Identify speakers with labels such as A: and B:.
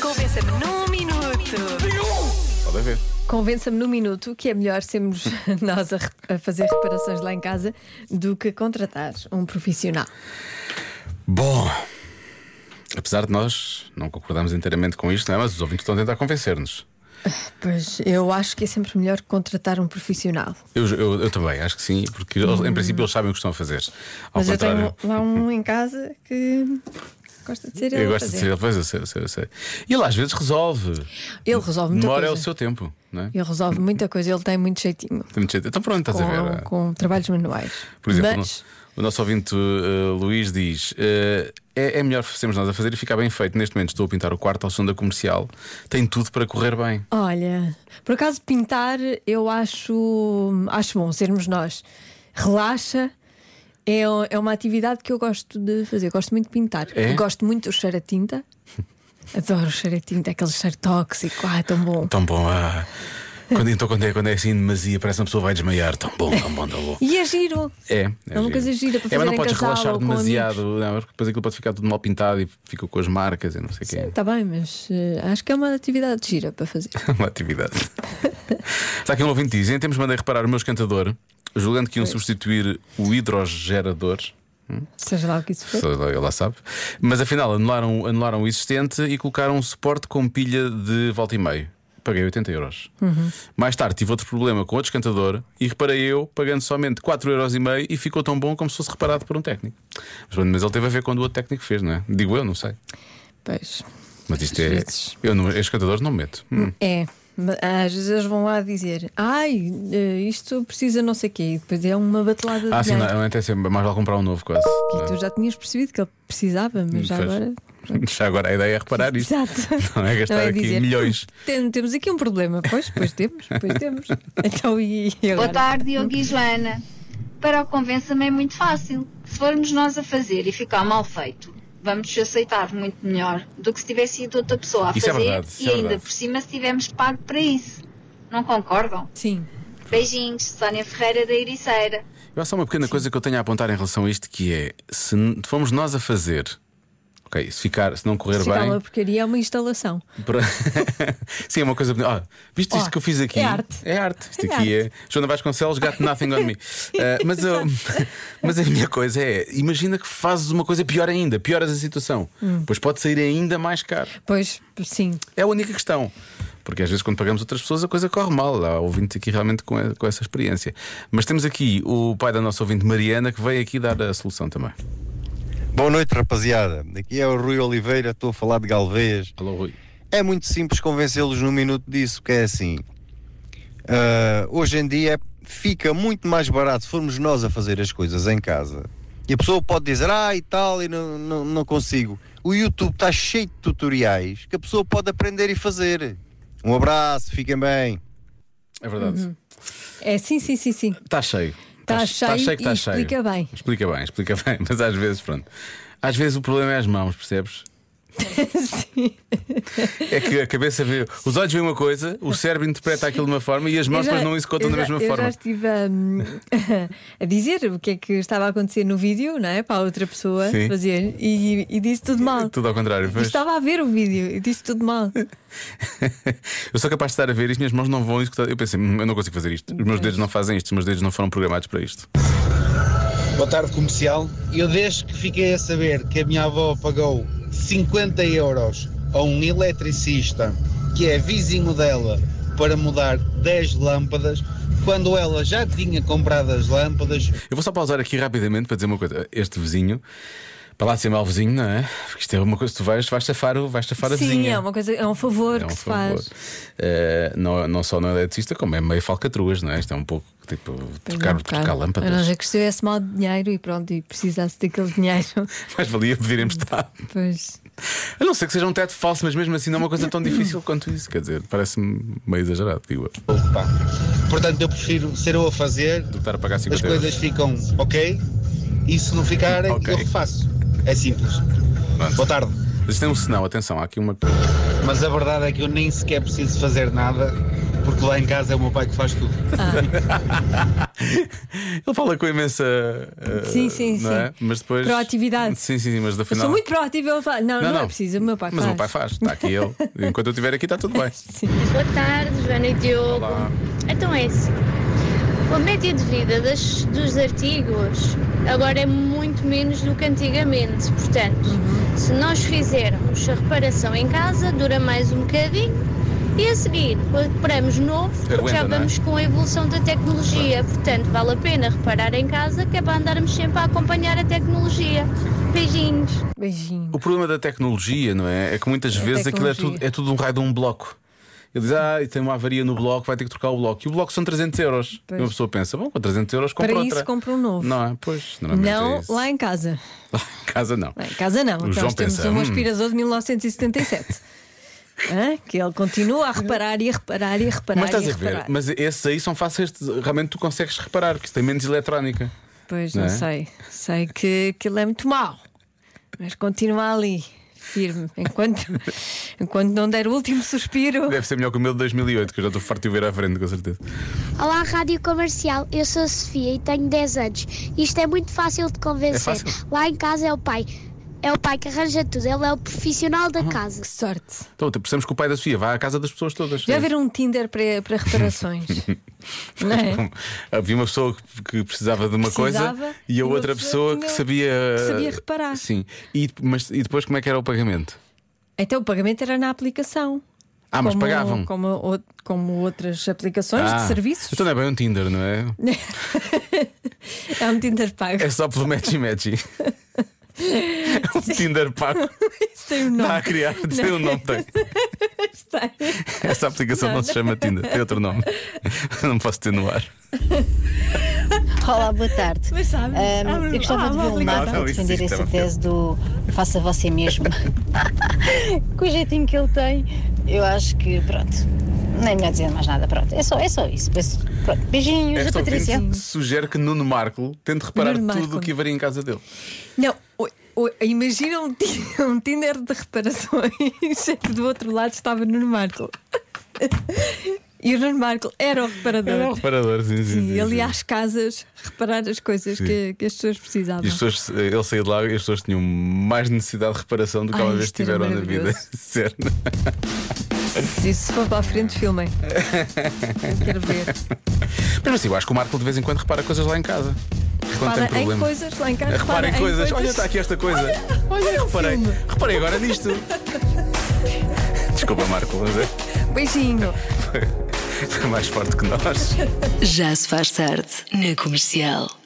A: Convença-me num minuto.
B: Podem ver.
C: Convença-me num minuto que é melhor sermos nós a, re- a fazer reparações lá em casa do que contratar um profissional.
B: Bom, apesar de nós não concordarmos inteiramente com isto, não é? mas os ouvintes estão a tentar convencer-nos.
C: Pois eu acho que é sempre melhor contratar um profissional.
B: Eu, eu- eu também, acho que sim, porque eles, em princípio eles sabem o que estão a fazer. Ao
C: Uhum. Mas eu
B: contrário.
C: tenho lá um em casa que gosta de ser ele.
B: Eu
C: a
B: gosto de
C: fazer.
B: ser pois eu sei, eu sei, eu sei. E ele às vezes resolve.
C: Ele resolve muita
B: Demora é o
C: coisa.
B: seu tempo, não é?
C: Ele resolve muita coisa, ele tem muito jeitinho
B: Tem muito jeito. Então pronto, estás a
C: com,
B: ver.
C: com trabalhos manuais.
B: Por exemplo,
C: Mas,
B: o nosso ouvinte eh, Luís diz: eh, é, é melhor sermos nós a fazer e ficar bem feito. Neste momento estou a pintar o quarto ao som da comercial. Tem tudo para correr bem.
C: olha, por acaso pintar eu acho, acho bom sermos nós. Relaxa. É, é uma atividade que eu gosto de fazer. Eu gosto muito de pintar.
B: É?
C: Eu Gosto muito do cheiro a tinta. Adoro o cheiro a tinta, aquele cheiro tóxico. Ah, é tão bom.
B: Tão bom. Ah, quando, então, quando, é, quando é assim em demasia, parece que uma pessoa vai desmaiar. Tão bom, tão bom, tão bom.
C: E é giro.
B: É,
C: É uma coisa gira para
B: É, mas
C: fazer
B: não
C: em
B: podes
C: casal
B: relaxar
C: ou com
B: demasiado, não, porque depois aquilo pode ficar tudo mal pintado e fica com as marcas e não sei o quê.
C: Está Tá bem, mas eh, acho que é uma atividade gira para fazer.
B: uma atividade. Está aqui um ouvinte diz: em termos mandei reparar o meu esquentador, julgando que iam substituir o hidrogerador.
C: Seja lá o que isso for.
B: Só Ele lá sabe. Mas afinal anularam, anularam o existente e colocaram um suporte com pilha de volta e meio. Paguei 80 euros. Mais tarde tive outro problema com outro esquentador e reparei eu pagando somente 4 euros e meio e ficou tão bom como se fosse reparado por um técnico. Mas, pronto, mas ele teve a ver quando o outro técnico fez, não é? Digo eu, não sei.
C: Pois.
B: Mas isto
C: Às
B: é.
C: vezes.
B: Eu não, estes esquentadores não me meto. Hum.
C: É. mas Às vezes eles vão lá dizer Ai, eh, isto precisa não sei o quê E depois é uma batelada
B: Ah,
C: de
B: sim, não,
C: dinheiro.
B: até sempre. Mais vale comprar um novo quase.
C: E tu já tinhas percebido que ele precisava Mas já
B: Pois.
C: agora
B: Já agora a ideia é reparar isto.
C: Exato
B: Não é gastar
C: Não é
B: aqui
C: dizer,
B: milhões.
C: Tem- Temos aqui um problema Pois, pois temos, pois temos Então e e
D: Boa
C: agora?
D: tarde, Diogo e Joana. Para o convença-me é muito fácil. Se formos nós a fazer e ficar mal feito, vamos aceitar muito melhor do que se tivesse sido outra pessoa a
B: Isso é
D: fazer
B: verdade, isso
D: e
B: é
D: ainda
B: verdade.
D: por cima se tivermos pago para isso. Não concordam?
C: Sim
D: Beijinhos, Sónia Ferreira da Ericeira.
B: Eu há só uma pequena coisa que eu tenho a apontar em relação a isto que é se n- formos nós a fazer, ok, se ficar, se não correr
C: Se dá uma
B: bem,
C: porcaria é uma instalação
B: pra- sim, é uma coisa. Ah, viste isto
C: Ó,
B: que eu fiz aqui?
C: é arte.
B: É arte. Isto
C: É
B: aqui
C: arte.
B: é Joana Vasconcelos, gato nothing on me. Ah, mas, eu- mas a minha coisa é: imagina que fazes uma coisa pior ainda, pioras a situação,
C: Hum.
B: pois pode sair ainda mais caro.
C: Pois, sim
B: É a única questão. Porque às vezes, quando pagamos outras pessoas, a coisa corre mal. Há ouvintes aqui realmente com, e- com essa experiência. Mas temos aqui o pai da nossa ouvinte, Mariana, que veio aqui dar a solução também.
E: Boa noite, rapaziada. Aqui é o Rui Oliveira, estou a falar de Galveias.
B: Alô, Rui.
E: É muito simples convencê-los num minuto disso, que é assim. ah, hoje em dia fica muito mais barato se formos nós a fazer as coisas em casa. E a pessoa pode dizer, ah, e tal, e não, não, não consigo. O YouTube está cheio de tutoriais que a pessoa pode aprender e fazer. Um abraço, fiquem bem.
B: É verdade.
C: É sim, sim, sim, sim
B: Está cheio.
C: Está
B: Está
C: Tá cheio
B: cheio que está
C: e
B: cheio.
C: explica bem.
B: Explica bem, explica bem. Mas às vezes, pronto. Às vezes o problema é as mãos, percebes?
C: Sim
B: É que a cabeça vê. Os olhos veem uma coisa, o cérebro interpreta aquilo de uma forma e as mãos
C: Eu já-
B: depois não executam
C: eu
B: da
C: já-
B: mesma
C: eu
B: forma.
C: já estive hum, a, dizer o que é que estava a acontecer no vídeo, não é? Para a outra pessoa
B: Sim.
C: fazer e, e disse tudo mal.
B: Tudo ao contrário.
C: Eu
B: pois.
C: Estava a ver o vídeo e disse tudo mal.
B: eu sou capaz de estar a ver isto, minhas mãos não vão executar. Eu pensei, "Hum, eu não consigo fazer isto. Os meus dedos não fazem isto, os meus dedos não foram programados para isto.
F: Boa tarde, comercial. Eu desde que fiquei a saber que a minha avó pagou 50 euros a um eletricista que é vizinho dela para mudar 10 lâmpadas, quando ela já tinha comprado as lâmpadas,
B: Eu vou só pausar aqui rapidamente para dizer uma coisa. Este vizinho, para lá de ser mau vizinho, não é? Porque isto é uma coisa, tu vais, vais safar, o- vais safar a
C: Sim,
B: vizinha.
C: é uma coisa, é um favor
B: É um
C: que se
B: favor.
C: faz.
B: Eh, não, não só não é eletricista, como é meio falcatruas, não é? Isto é um pouco tipo
C: é,
B: trocar, trocar
C: A um não
B: lâmpadas.
C: ser que estivesse mal de dinheiro e pronto, e precisasse daquele dinheiro.
B: Mas valia pedir emprestado.
C: Pois.
B: A não ser que seja um teto falso, mas mesmo assim não é uma coisa tão difícil quanto isso. Quer dizer, parece-me meio exagerado, digo eu.
F: pá. Portanto, eu prefiro ser eu a fazer,
B: Do que estar a pagar
F: as
B: 50 euros.
F: coisas ficam ok, e se não ficarem,
B: Ok.
F: eu refaço. É simples. Boa tarde.
B: Mas isto tem um sinal, atenção, há aqui uma coisa.
F: Mas a verdade é que eu nem sequer preciso fazer nada porque lá em casa é o meu pai que faz tudo.
B: Ele fala com imensa. eh,
C: Sim, sim,
B: não
C: sim.
B: É? Mas depois.
C: Proatividade.
B: Sim, sim, sim, mas da
C: Eu
B: final.
C: sou muito proativa. Ele fala, não, não, é preciso. O meu pai
B: Mas
C: faz.
B: o meu pai faz, está aqui ele. Enquanto eu estiver aqui, está tudo bem.
C: Sim.
G: Boa tarde, Joana e Diogo.
B: Olá.
G: Então é assim. A média de vida das- dos artigos agora é muito menos do que antigamente. Portanto,
B: Uhum.
G: se nós fizermos a reparação em casa, dura mais um bocadinho e a seguir reparamos novo, porque já
B: Aguenta, não é?
G: vamos com a evolução da tecnologia. Portanto, vale a pena reparar em casa, que é para andarmos sempre a acompanhar a tecnologia. Beijinhos.
C: Beijinho.
B: O problema da tecnologia, não é? É que muitas vezes aquilo é
C: tecnologia.
B: tudo, é tudo um raio de um bloco. Ele diz, ah, tem uma avaria no bloco, vai ter que trocar o bloco. E o bloco são 300 euros.
C: Pois.
B: E uma pessoa pensa, bom, com 300 euros compra
C: Para
B: outra.
C: isso compra um novo.
B: Não é? Pois, normalmente
C: Não,
B: é isso.
C: lá em casa.
B: Lá em casa não.
C: Lá em casa não. Então
B: João
C: nós temos
B: pensa,
C: um
B: "Hum."
C: aspirador de 1977. Hã? Que ele continua a reparar e a reparar e a reparar.
B: Mas estás
C: e
B: a ver,
C: é reparar.
B: mas esses aí são fáceis, de- realmente tu consegues reparar, porque isso tem menos eletrónica.
C: Pois
B: Não
C: não,
B: é?
C: sei. Sei que aquilo é muito mau. Mas continua ali, firme. Enquanto, enquanto não der o último suspiro.
B: Deve ser melhor que o meu de 2008, que eu já estou farto de o ver à frente, com certeza.
H: Olá, Rádio Comercial. Eu sou a Sofia e tenho 10 anos. Isto é muito fácil de convencer.
B: É fácil.
H: Lá em casa é o pai. É o pai que arranja tudo. Ele é o profissional
B: Uhum.
H: da casa.
C: Que sorte.
B: Então, precisamos que o pai da Sofia vá à casa das pessoas todas.
C: Já haver um Tinder para, para reparações. não é?
B: Tipo, Havia uma pessoa que- que precisava de uma
C: Precisava,
B: coisa e a
C: e uma
B: outra pessoa
C: pessoa
B: que
C: tinha-
B: sabia,
C: que sabia reparar.
B: Sim. E, mas, e depois como é que era o pagamento?
C: Então o pagamento era na aplicação.
B: Ah, mas
C: como,
B: pagavam.
C: Como, ou- como outras aplicações
B: Ah,
C: de serviços.
B: Então não é bem um Tinder, não é?
C: É um Tinder pago.
B: É só pelo matchy matchy. É um Tinder pago.
C: Isso tem um
B: Está
C: nome.
B: a criar, tem um nome. Tem.
C: Está.
B: Essa aplicação não, se chama Tinder, tem outro nome. Não posso ter no ar.
I: Olá, boa tarde.
C: Mas Ah, sabe?
I: Ahm, Ehm, eu gostava de ver um o Marco
B: Não, não, isso
I: defender essa
B: existe, é
I: tese do faça você mesmo. Com o jeitinho que ele tem, eu acho que pronto. Nem melhor dizer mais nada, pronto. É só, é só isso. Pois, pronto, Beijinhos, da
B: Esta
I: Patrícia.
B: É ouvinte sugere que Nuno Marco tente reparar
C: Nuno
B: tudo
C: Marco.
B: o que haveria em casa dele.
C: Não, o- o- imagina um, ti- um Tinder de reparações em que do outro lado estava Nuno Marco. E o Nuno Marco era o reparador.
B: Era um reparador, sim, sim. sim,
C: É Sim, ele
B: sim.
C: ia às casas reparar as coisas que, que as pessoas precisavam.
B: E as pessoas, ele saiu de lá e as pessoas tinham mais necessidade de reparação do que
C: Ai,
B: alguma vez
C: isto era
B: tiveram na vida.
C: maravilhoso.
B: Sério.
C: Se isso for para a frente, filmem. Eu quero ver.
B: Mas assim, eu acho que o Marco de vez em quando repara coisas lá em casa. Quando tem
C: Para em
B: problema.
C: coisas lá em casa.
B: Repara em coisas. Olha, tá está aqui esta coisa. Olha, reparei.
C: filme.
B: Reparei agora nisto. Desculpa, Marco, mas é-
C: Beijinho.
B: foi mais forte que nós.
A: Já se faz tarde na comercial.